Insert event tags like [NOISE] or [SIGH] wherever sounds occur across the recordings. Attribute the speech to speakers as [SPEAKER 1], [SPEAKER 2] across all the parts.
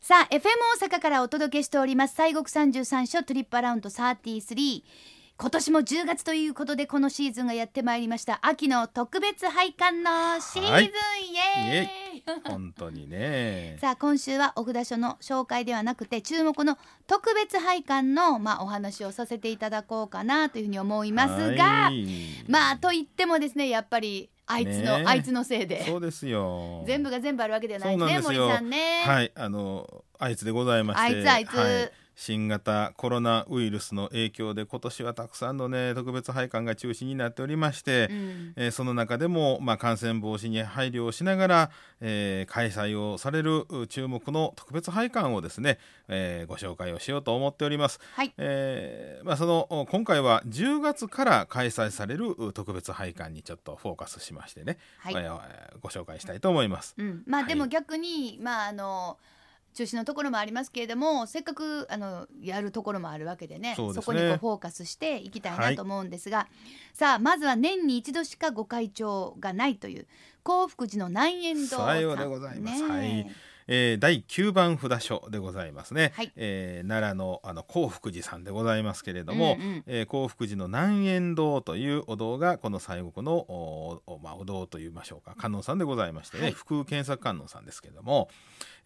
[SPEAKER 1] さあ FM 大阪からお届けしております西国33所トリップアラウンド33今年も10月ということでこのシーズンがやってまいりました秋の特別拝観のシーズン、
[SPEAKER 2] はい
[SPEAKER 1] イエーイ
[SPEAKER 2] 本当にね。
[SPEAKER 1] さあ今週は奥田所の紹介ではなくて注目の特別拝観の、まあ、お話をさせていただこうかなというふうに思いますが、
[SPEAKER 2] はい
[SPEAKER 1] まあと言ってもですねやっぱりあいつの、
[SPEAKER 2] ねえ
[SPEAKER 1] あいつのせいで
[SPEAKER 2] そうですよ。
[SPEAKER 1] 全部が全部あるわけではないですね
[SPEAKER 2] そうなんですよ
[SPEAKER 1] 森さんね。
[SPEAKER 2] はい、あの、あいつでございまして。
[SPEAKER 1] あいつあいつ
[SPEAKER 2] はい新型コロナウイルスの影響で今年はたくさんのね特別拝観が中止になっておりまして、
[SPEAKER 1] うん
[SPEAKER 2] えーその中でも、まあ、感染防止に配慮をしながら、えー開催をされるう注目の特別拝観をですね、えーご紹介をしようと思っております。
[SPEAKER 1] はい
[SPEAKER 2] えーまあ、そのお今回は10月から開催されるう特別拝観にちょっとフォーカスしましてね、
[SPEAKER 1] はい
[SPEAKER 2] えーご紹介したいと思います。
[SPEAKER 1] うん、まあ
[SPEAKER 2] はい
[SPEAKER 1] でも逆に、まああの中止のところもありますけれどもせっかくあのやるところもあるわけでね
[SPEAKER 2] そう
[SPEAKER 1] そ
[SPEAKER 2] ですね
[SPEAKER 1] こにこうフォーカスしていきたい
[SPEAKER 2] は
[SPEAKER 1] ないと思うんですが、さあまずは年に一度しかご会長がないという幸福寺の南円堂さん
[SPEAKER 2] さようでございます
[SPEAKER 1] ねえ
[SPEAKER 2] はいえー第9番札所でございますね、
[SPEAKER 1] はい
[SPEAKER 2] えー奈良のあの興福寺さんでございますけれども、
[SPEAKER 1] うんうん
[SPEAKER 2] えー興福寺の南円堂というお堂がこの西国のおおまあ、お堂と言いましょうか観音さんでございましてね、
[SPEAKER 1] はい
[SPEAKER 2] 福検索観音さんですけれども、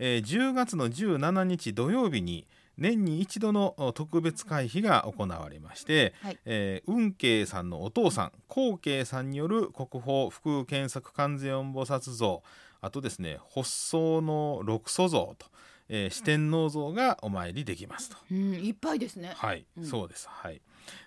[SPEAKER 2] えー10月の17日土曜日に年に一度のお特別会費が行われまして、
[SPEAKER 1] はい
[SPEAKER 2] えー運慶さんのお父さん光慶さんによる国宝福検索観世音菩薩像あとですね発想の六祖像と、えー四天王像がお参りできますと。
[SPEAKER 1] うん、いっぱいですね。
[SPEAKER 2] はい、
[SPEAKER 1] うん
[SPEAKER 2] そうです。はい。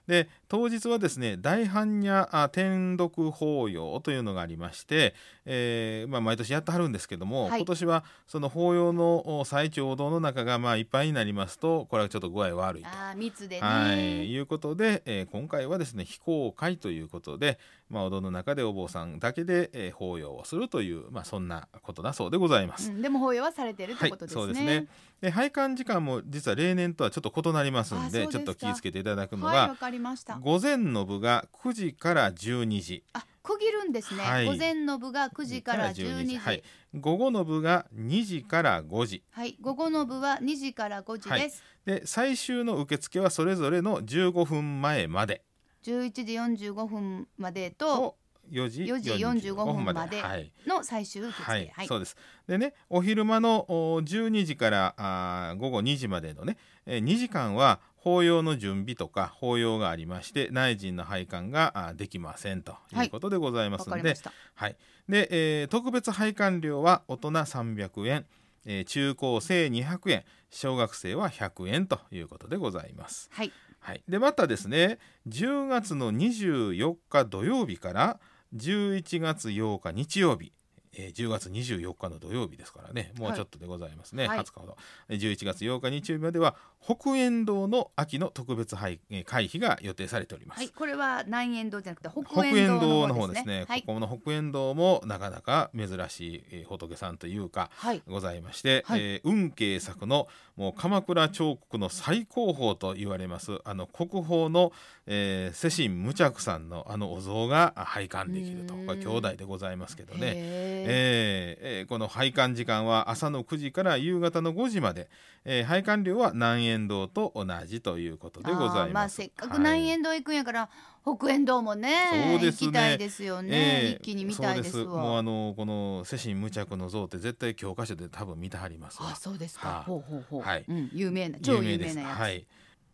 [SPEAKER 2] で、当日はですね、大般若あ天読法要というのがありまして、えーまあ毎年やってはるんですけども、
[SPEAKER 1] はい
[SPEAKER 2] 今年はその法要のお最長堂の中がまあいっぱいになりますと、これはちょっと具合悪いと。
[SPEAKER 1] ああ密でね、
[SPEAKER 2] はい、いうことで、えー今回はですね非公開ということで、まあ、お堂の中でお坊さんだけで、えー法要をするという、まあ、そんなことだそうでございます
[SPEAKER 1] う。ん、でも法要はされてるってことですね。
[SPEAKER 2] はい、そうですね。で拝観時間も実は例年とはちょっと異なりますんで
[SPEAKER 1] あそうですか
[SPEAKER 2] ちょっと気をつけていただくの
[SPEAKER 1] はい、
[SPEAKER 2] が、
[SPEAKER 1] わかりました。
[SPEAKER 2] 午前の部が9時から12時
[SPEAKER 1] あ、区切るんですね。
[SPEAKER 2] はい
[SPEAKER 1] 午前の部が9時から12時。
[SPEAKER 2] はい、午後の部が2時から5時
[SPEAKER 1] はい、午後の部は2時から5時です。
[SPEAKER 2] で最終の受付はそれぞれの15分前まで
[SPEAKER 1] 11時45分までと
[SPEAKER 2] と4時
[SPEAKER 1] 4時45
[SPEAKER 2] 45分
[SPEAKER 1] 分
[SPEAKER 2] まで
[SPEAKER 1] まで
[SPEAKER 2] はい
[SPEAKER 1] の最終受付。
[SPEAKER 2] は
[SPEAKER 1] はいい、、
[SPEAKER 2] そうです。でね、お昼間のお12時からあー午後2時までのね、えー2時間は法要の準備とか法要がありまして、内陣の拝観があーできませんということでございま
[SPEAKER 1] わ
[SPEAKER 2] すの
[SPEAKER 1] かり
[SPEAKER 2] で、は
[SPEAKER 1] ま
[SPEAKER 2] い
[SPEAKER 1] し、た。
[SPEAKER 2] で、えー特別拝観料は大人300円、えー中高生200円、小学生は100円ということでございます。
[SPEAKER 1] はい、
[SPEAKER 2] はい、でまたですね10月の24日土曜日から11月8日日曜日、えー10月24日の土曜日ですからねもう
[SPEAKER 1] はい
[SPEAKER 2] ちょっとでございますね、
[SPEAKER 1] はい
[SPEAKER 2] 20日ほどえー11月8日日曜日までは北円堂の秋の特別会えー会費が予定されております。
[SPEAKER 1] はい、これは南円堂じゃなくて北
[SPEAKER 2] 北
[SPEAKER 1] 円
[SPEAKER 2] 円
[SPEAKER 1] 堂の
[SPEAKER 2] 堂の
[SPEAKER 1] 方
[SPEAKER 2] 方
[SPEAKER 1] で
[SPEAKER 2] ですす
[SPEAKER 1] ね。
[SPEAKER 2] ね
[SPEAKER 1] はい、
[SPEAKER 2] ここの北円堂もなかなか珍しいえー仏さんというか
[SPEAKER 1] はい、
[SPEAKER 2] ございまして、
[SPEAKER 1] はい
[SPEAKER 2] えー運慶作のもう鎌倉彫刻の最高峰と言われますあの国宝の、えー、世親無着さんのあのお像があ拝観できると
[SPEAKER 1] うーん
[SPEAKER 2] これ兄弟でございますけどね。
[SPEAKER 1] へ
[SPEAKER 2] えーえーこの拝観時間は朝の9時から夕方の5時まで、えー拝観料は南円堂と同じということ
[SPEAKER 1] ー
[SPEAKER 2] でござ
[SPEAKER 1] あー
[SPEAKER 2] い
[SPEAKER 1] まあ
[SPEAKER 2] ます。
[SPEAKER 1] せっかく南
[SPEAKER 2] はい
[SPEAKER 1] 円堂行くんやから、北円堂もね
[SPEAKER 2] そうですね
[SPEAKER 1] 行きたいですよね、
[SPEAKER 2] ええ
[SPEAKER 1] 一気に見たいです
[SPEAKER 2] そ
[SPEAKER 1] わ
[SPEAKER 2] うですもうあのこの世親無着の像って絶対教科書で多分見てはりますわ
[SPEAKER 1] あそうですか、
[SPEAKER 2] はい
[SPEAKER 1] ほうほうほう、
[SPEAKER 2] はい
[SPEAKER 1] うん、有名な超有
[SPEAKER 2] で
[SPEAKER 1] 名
[SPEAKER 2] す
[SPEAKER 1] なやつ、
[SPEAKER 2] はい、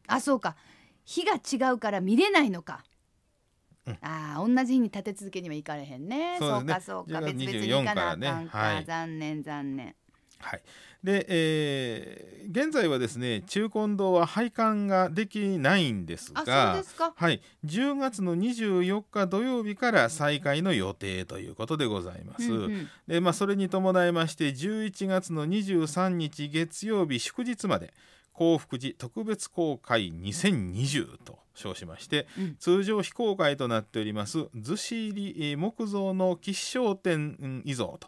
[SPEAKER 1] あそうか日が違うから見れないのか、
[SPEAKER 2] うん
[SPEAKER 1] ああ同じ日に立て続けには行かれへんねそ
[SPEAKER 2] そううで
[SPEAKER 1] か
[SPEAKER 2] すね
[SPEAKER 1] そうか
[SPEAKER 2] 10
[SPEAKER 1] 別
[SPEAKER 2] 月
[SPEAKER 1] 々に行かなあかん
[SPEAKER 2] 24
[SPEAKER 1] か、
[SPEAKER 2] からねはい
[SPEAKER 1] 残念残念
[SPEAKER 2] はい、で、えー現在はですね中根堂は拝観ができないんです
[SPEAKER 1] あ
[SPEAKER 2] が
[SPEAKER 1] そうですか
[SPEAKER 2] はい、10月の24日土曜日から再開の予定ということでございます。
[SPEAKER 1] うんうん
[SPEAKER 2] でまあ、それに伴いまして11月の23日月曜日祝日まで幸福寺特別公開2020と称しまして、
[SPEAKER 1] うん
[SPEAKER 2] 通常非公開となっております逗子入りえー木造の吉祥天うん遺像と、えー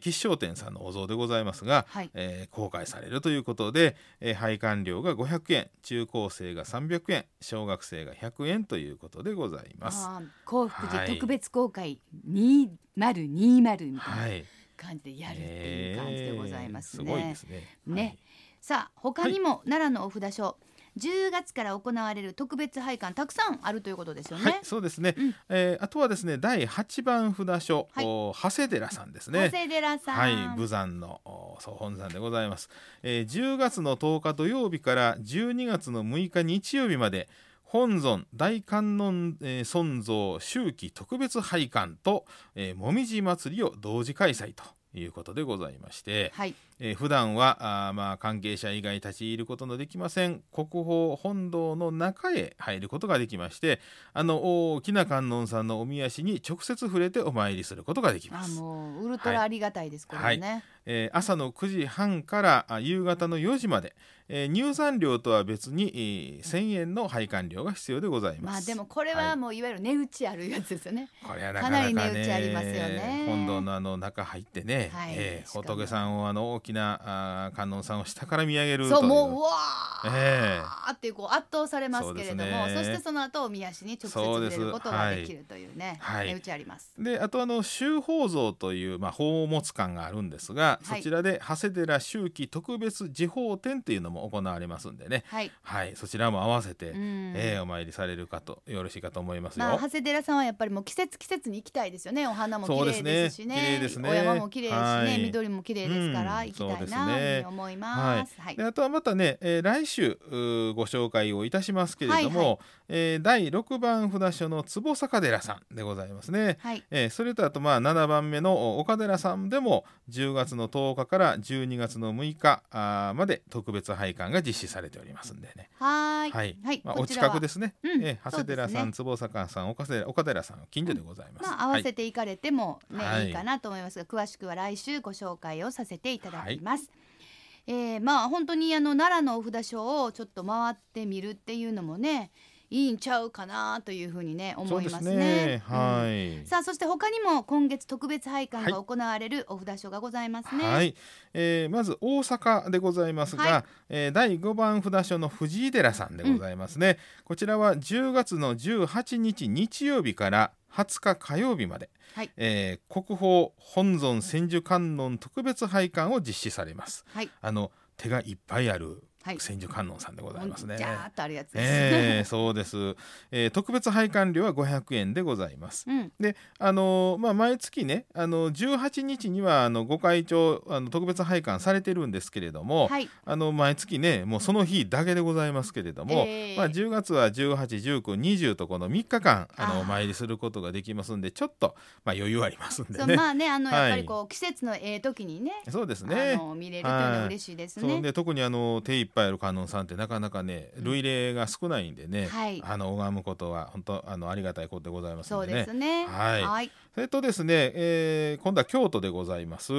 [SPEAKER 2] 吉祥天さんのお像でございますが、
[SPEAKER 1] はい
[SPEAKER 2] えー公開されるということで、えー拝観料が500円中高生が300円小学生が100円ということでございます。
[SPEAKER 1] あー幸福寺
[SPEAKER 2] はい
[SPEAKER 1] 特別公開2020みたいな
[SPEAKER 2] はい、
[SPEAKER 1] 感じでやるっていう感じでございますね。
[SPEAKER 2] えーごいですね。
[SPEAKER 1] ねさあ他にも奈良のお札所、10月から行われる特別拝観たくさんあるということですよね。
[SPEAKER 2] はい、そうですね、
[SPEAKER 1] うん
[SPEAKER 2] えーあとはですね第8番札所、
[SPEAKER 1] はい
[SPEAKER 2] お長谷寺さんです
[SPEAKER 1] 長
[SPEAKER 2] ね
[SPEAKER 1] 谷寺さん、
[SPEAKER 2] はい、武山のお総本山でございます、えー10月の10日土曜日から12月の6日日曜日まで本尊大観音、えー尊像秋季特別拝観と、えー、もみじ祭りを同時開催ということでございまして、
[SPEAKER 1] はい
[SPEAKER 2] えー普段はあーまあ関係者以外立ち入ることのできません国宝本堂の中へ入ることができましてあの大きな観音さんのお御足に直接触れてお参りすることができま
[SPEAKER 1] あ
[SPEAKER 2] す。
[SPEAKER 1] もうウルトラありがたいです、
[SPEAKER 2] はい
[SPEAKER 1] これね、
[SPEAKER 2] えー朝の9時半からあ夕方の4時まで、えー入山料とは別に、えー1000円の配管料が必要でございます。
[SPEAKER 1] まあでもこれはもういわゆる値打ちあるやつですよね、
[SPEAKER 2] これはな
[SPEAKER 1] か
[SPEAKER 2] か
[SPEAKER 1] な
[SPEAKER 2] な
[SPEAKER 1] り
[SPEAKER 2] か
[SPEAKER 1] 値
[SPEAKER 2] ね
[SPEAKER 1] 打ちありますよね
[SPEAKER 2] 本堂のあの中入ってね、
[SPEAKER 1] はい
[SPEAKER 2] えー
[SPEAKER 1] しかも
[SPEAKER 2] 仏さんをあの大きなあー観音さんを下から見上げると
[SPEAKER 1] そうもうう
[SPEAKER 2] う
[SPEAKER 1] わ
[SPEAKER 2] え
[SPEAKER 1] ーってこう圧倒されますけれどもそ,、
[SPEAKER 2] そうですね
[SPEAKER 1] してその後おみ足に直接
[SPEAKER 2] そ
[SPEAKER 1] 触
[SPEAKER 2] う
[SPEAKER 1] れ
[SPEAKER 2] です
[SPEAKER 1] ることができるというね、
[SPEAKER 2] はい
[SPEAKER 1] 値打ちあります。
[SPEAKER 2] であとあの修法像という、まあ、宝物館があるんですが、
[SPEAKER 1] はい
[SPEAKER 2] そちらで長谷寺秋季特別時報展っていうのも行われますんでね、
[SPEAKER 1] はい、
[SPEAKER 2] はい、そちらも合わせて、
[SPEAKER 1] うん
[SPEAKER 2] えーお参りされるかとよろしいかと思いますよ。
[SPEAKER 1] まあ、長谷寺さんはやっぱりもう季節季節に行きたいですよねお花も綺麗ですしね
[SPEAKER 2] そうですね綺麗ですね
[SPEAKER 1] お山も綺麗ですしね、
[SPEAKER 2] はい
[SPEAKER 1] 緑も綺麗ですから
[SPEAKER 2] うん
[SPEAKER 1] 行きたい
[SPEAKER 2] そう
[SPEAKER 1] な
[SPEAKER 2] ですね
[SPEAKER 1] と思います。はい
[SPEAKER 2] であとはまたね、えー来週うーご紹介をいたしますけれども、
[SPEAKER 1] はいは
[SPEAKER 2] えー第6番札所の坪坂寺さんでございますね。
[SPEAKER 1] はい
[SPEAKER 2] えーそれとあとまあ7番目のお岡寺さんでも10月の10日から12月の6日あーまで特別拝観が実施されておりますんでね、
[SPEAKER 1] はーい
[SPEAKER 2] はい
[SPEAKER 1] はい
[SPEAKER 2] まあ、
[SPEAKER 1] こ
[SPEAKER 2] お
[SPEAKER 1] ちら
[SPEAKER 2] 近
[SPEAKER 1] は
[SPEAKER 2] くですね、
[SPEAKER 1] うん
[SPEAKER 2] えー長谷寺さ、
[SPEAKER 1] そうんで
[SPEAKER 2] 坪坂さん岡寺岡寺さん近所でございます。
[SPEAKER 1] まあ合わせて行かれてもね、、
[SPEAKER 2] はいい
[SPEAKER 1] いかなと思いますが詳しくは来週ご紹介をさせていただきます。えーまあ本当にあの奈良のお札所をちょっと回ってみるっていうのもねいいんちゃうかなというふうにね
[SPEAKER 2] そ
[SPEAKER 1] 思
[SPEAKER 2] う
[SPEAKER 1] い
[SPEAKER 2] で
[SPEAKER 1] ますす
[SPEAKER 2] ね
[SPEAKER 1] ね。
[SPEAKER 2] は
[SPEAKER 1] うん
[SPEAKER 2] い、
[SPEAKER 1] さあそして他にも今月特別拝観
[SPEAKER 2] はい
[SPEAKER 1] が行われるお札所がございますね。
[SPEAKER 2] はい、えーまず大阪でございますが、
[SPEAKER 1] はい
[SPEAKER 2] えー第5番札所の藤井寺さんでございますね、こちらは10月の18日日曜日から20日火曜日まで、
[SPEAKER 1] はい
[SPEAKER 2] えー国宝本尊千手観音特別拝観を実施されます
[SPEAKER 1] はい
[SPEAKER 2] あの手がいっぱいある
[SPEAKER 1] はい。
[SPEAKER 2] 千手観音さんでございますね、
[SPEAKER 1] じゃーっとあるやつです。
[SPEAKER 2] えーそうです、えー特別拝観料は500円でございます
[SPEAKER 1] うん
[SPEAKER 2] であのまあ、毎月ねあの18日にはあのご会長あの特別拝観されてるんですけれども、
[SPEAKER 1] はい
[SPEAKER 2] あの毎月ねもうその日だけでございますけれども、
[SPEAKER 1] えー
[SPEAKER 2] まあ、10月は181920とこの3日間あの
[SPEAKER 1] あー
[SPEAKER 2] お参りすることができますんでちょっと、まあ、余裕ありますん
[SPEAKER 1] そ
[SPEAKER 2] で
[SPEAKER 1] う
[SPEAKER 2] ね。
[SPEAKER 1] まあねあの
[SPEAKER 2] は
[SPEAKER 1] や
[SPEAKER 2] い
[SPEAKER 1] っぱりこう季節のええ時にね
[SPEAKER 2] そうです
[SPEAKER 1] あ
[SPEAKER 2] ね
[SPEAKER 1] の見れるというのは嬉しいです
[SPEAKER 2] そう
[SPEAKER 1] ね。
[SPEAKER 2] で特にあの手いっぱいある観音さんってなかなかね類例が少ないんでね、
[SPEAKER 1] はい
[SPEAKER 2] あの拝むことは本当あのありがたいことでございます
[SPEAKER 1] そ
[SPEAKER 2] ん
[SPEAKER 1] う
[SPEAKER 2] でね。
[SPEAKER 1] ですね。
[SPEAKER 2] はい
[SPEAKER 1] はい。
[SPEAKER 2] それとですね、えー今度は京都でございます、
[SPEAKER 1] い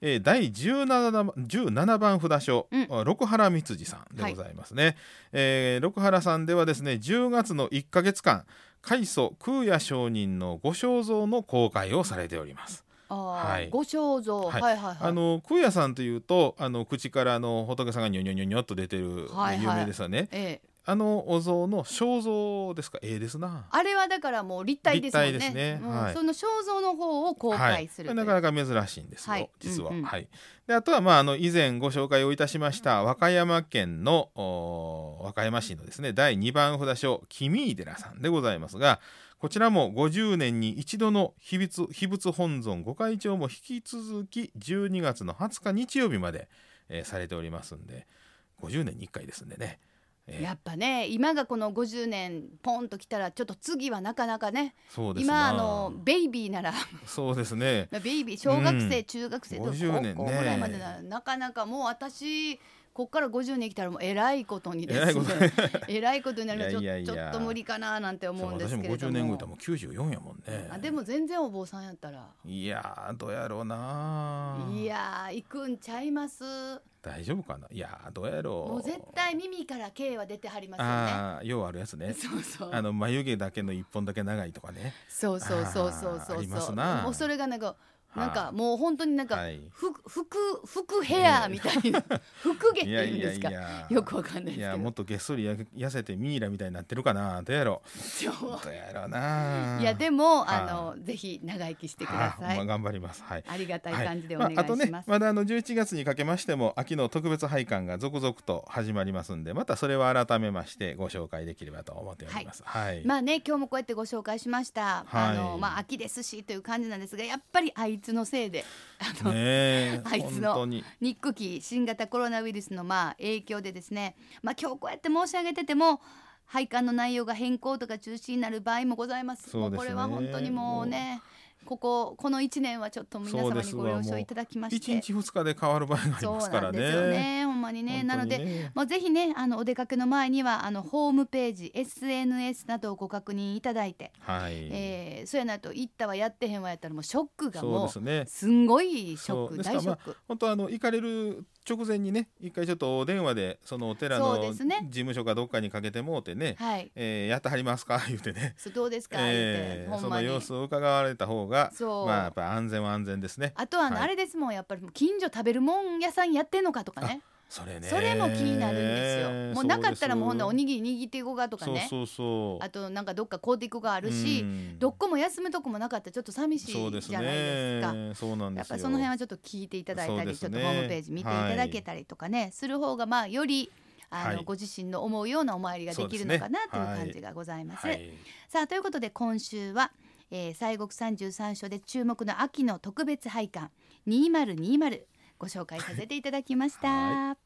[SPEAKER 2] えー第 17, 番17番札所、
[SPEAKER 1] うん
[SPEAKER 2] あ六原光次さんでございますね、えー六原さんではですね10月の1ヶ月間開祖空也上人のご肖像の公開をされております
[SPEAKER 1] あ
[SPEAKER 2] は
[SPEAKER 1] あ
[SPEAKER 2] い
[SPEAKER 1] ご肖像は
[SPEAKER 2] はいい
[SPEAKER 1] はいはい。
[SPEAKER 2] あの空也さんというとあの口からあの仏さんがニョニョニョニョっと出てる、
[SPEAKER 1] はいはい
[SPEAKER 2] 有名ですよね
[SPEAKER 1] ええ
[SPEAKER 2] あのお像の肖像ですかええですな
[SPEAKER 1] あれはだからもう立体ですもんね。
[SPEAKER 2] 立体ですね
[SPEAKER 1] うん
[SPEAKER 2] はい
[SPEAKER 1] その肖像の方を公開する
[SPEAKER 2] は
[SPEAKER 1] と
[SPEAKER 2] い、
[SPEAKER 1] いう。
[SPEAKER 2] なかなか珍しいんですよ、
[SPEAKER 1] はい
[SPEAKER 2] 実は、
[SPEAKER 1] うんうん
[SPEAKER 2] はいであとはまああの以前ご紹介をいたしました和歌山県のおー和歌山市のですね第2番札所君井寺さんでございますがこちらも50年に一度の秘仏秘仏本尊御開帳も引き続き12月の20日日曜日まで、えーされておりますんで50年に1回ですんでね、えー
[SPEAKER 1] やっぱね今がこの50年ポンときたらちょっと次はなかなかね
[SPEAKER 2] そうです
[SPEAKER 1] 今
[SPEAKER 2] な
[SPEAKER 1] あのベイビーなら [LAUGHS]
[SPEAKER 2] そうですね
[SPEAKER 1] まあベイビー小学生、
[SPEAKER 2] うん
[SPEAKER 1] 中学生
[SPEAKER 2] 50
[SPEAKER 1] 高
[SPEAKER 2] 年
[SPEAKER 1] 校
[SPEAKER 2] ね
[SPEAKER 1] ぐらいまでならなかなかもう私こっから50年生きたらもうえらいことにですね
[SPEAKER 2] えらいこと
[SPEAKER 1] [LAUGHS] えらいことになるのでちょ
[SPEAKER 2] いやいやいや
[SPEAKER 1] ちょっと無理かななんて思うんです
[SPEAKER 2] 私
[SPEAKER 1] け
[SPEAKER 2] も
[SPEAKER 1] れども
[SPEAKER 2] 50年後いたらもう94やもんね
[SPEAKER 1] あでも全然お坊さんやったら
[SPEAKER 2] いやーどうやろうなー
[SPEAKER 1] いやー行くんちゃいます
[SPEAKER 2] 大丈夫かないやーどうやろう
[SPEAKER 1] もう絶対耳から毛は出てはりますよね
[SPEAKER 2] ああーようあるやつね
[SPEAKER 1] そうそう
[SPEAKER 2] あの眉毛だけの一本だけ長いとかね
[SPEAKER 1] そうそうそうそう
[SPEAKER 2] あーあります
[SPEAKER 1] そう
[SPEAKER 2] な
[SPEAKER 1] もうそれがなんかなんかもう本当になんか
[SPEAKER 2] はい
[SPEAKER 1] 服服服ヘアみたいな服毛って言
[SPEAKER 2] いや
[SPEAKER 1] うん
[SPEAKER 2] いや
[SPEAKER 1] で
[SPEAKER 2] い
[SPEAKER 1] すか
[SPEAKER 2] や
[SPEAKER 1] よくわかんないで
[SPEAKER 2] い
[SPEAKER 1] す
[SPEAKER 2] や
[SPEAKER 1] け
[SPEAKER 2] もっ
[SPEAKER 1] ど
[SPEAKER 2] とげっそりや痩せてミイラみたいになってるかなどうやろうどうやろう
[SPEAKER 1] そ
[SPEAKER 2] な
[SPEAKER 1] ういやで
[SPEAKER 2] も
[SPEAKER 1] も
[SPEAKER 2] はい
[SPEAKER 1] あのぜひ長生きしてください
[SPEAKER 2] まあ、頑張りますはい
[SPEAKER 1] ありがたい
[SPEAKER 2] はい
[SPEAKER 1] 感じでお願いし
[SPEAKER 2] あ、あとね
[SPEAKER 1] ます
[SPEAKER 2] まだあの11月にかけましても秋の特別拝観が続々と始まりますんでまたそれは改めましてご紹介できればと思っております。はい、
[SPEAKER 1] まあね今日もこうやってご紹介しました、
[SPEAKER 2] はい
[SPEAKER 1] あのまあ秋ですしという感じなんですがやっぱりあいつのせいであの、
[SPEAKER 2] ねえ
[SPEAKER 1] あいつの
[SPEAKER 2] 本当に
[SPEAKER 1] ニック期新型コロナウイルスのまあ影響でですね、まあ、今日こうやって申し上げてても配管の内容が変更とか中止になる場合もございます
[SPEAKER 2] そうで
[SPEAKER 1] もうこ
[SPEAKER 2] すね
[SPEAKER 1] れは本当にもうねこここの1年はちょっと皆
[SPEAKER 2] そう
[SPEAKER 1] 様
[SPEAKER 2] で
[SPEAKER 1] に
[SPEAKER 2] す
[SPEAKER 1] ご
[SPEAKER 2] わ
[SPEAKER 1] 了承いただきまし
[SPEAKER 2] 一
[SPEAKER 1] て
[SPEAKER 2] 日二日で変わる場合があり
[SPEAKER 1] そう
[SPEAKER 2] ますか
[SPEAKER 1] な
[SPEAKER 2] ら
[SPEAKER 1] ん
[SPEAKER 2] ね。
[SPEAKER 1] ですよねほんまにねなので
[SPEAKER 2] で
[SPEAKER 1] もうぜひねあのお出かけの前にはあのホームページ SNS などをご確認いただいて、
[SPEAKER 2] はい、
[SPEAKER 1] えーそうやないと行ったはやってへんわやったらもうショックが
[SPEAKER 2] そう
[SPEAKER 1] も
[SPEAKER 2] で
[SPEAKER 1] う
[SPEAKER 2] すね。
[SPEAKER 1] すんごいショッ
[SPEAKER 2] そ
[SPEAKER 1] ク
[SPEAKER 2] うですか
[SPEAKER 1] 大ショック、
[SPEAKER 2] 本当あの行かれる直前にね一回ちょっとお電話でそのお寺の
[SPEAKER 1] そうで
[SPEAKER 2] 事
[SPEAKER 1] すね
[SPEAKER 2] 務所かどっかにかけてもうてね、
[SPEAKER 1] はい
[SPEAKER 2] えーやってはりますか言うてね、
[SPEAKER 1] そうどうですか、言う
[SPEAKER 2] えー
[SPEAKER 1] てほ
[SPEAKER 2] そ
[SPEAKER 1] んま
[SPEAKER 2] の
[SPEAKER 1] に
[SPEAKER 2] 様子を伺われた方が
[SPEAKER 1] そう、
[SPEAKER 2] まあやっぱ安全は安全ですね。
[SPEAKER 1] あとはあの、
[SPEAKER 2] はい
[SPEAKER 1] あれですもんやっぱりもう近所食べるもん屋さんやってんのかとかね
[SPEAKER 2] それね。
[SPEAKER 1] それも気になるんですよもうなかったらもうほんならお
[SPEAKER 2] ぎ
[SPEAKER 1] にぎり握っていこうかとかね
[SPEAKER 2] そうそうそう。
[SPEAKER 1] あとなんかどっか買うていこうがあ
[SPEAKER 2] あ
[SPEAKER 1] るし、どっこも休むとこもなかったらちょっと寂し
[SPEAKER 2] そう
[SPEAKER 1] い
[SPEAKER 2] です
[SPEAKER 1] じゃないですか。
[SPEAKER 2] ね。そうなん
[SPEAKER 1] や
[SPEAKER 2] ですよ。
[SPEAKER 1] っぱりその辺はちょっと聞いていただいた
[SPEAKER 2] そう
[SPEAKER 1] り、
[SPEAKER 2] で
[SPEAKER 1] ちょ
[SPEAKER 2] す
[SPEAKER 1] っ
[SPEAKER 2] ね
[SPEAKER 1] とホームページ見ていただけたりとかね、する方がまあよりあの、
[SPEAKER 2] はい
[SPEAKER 1] ご自身の思うようなお参りができるのかなという感じがございます。
[SPEAKER 2] はい、
[SPEAKER 1] さあということで今週は、えー、西国三十三所で注目の秋の特別拝観2020ご紹介させていただきました。
[SPEAKER 2] は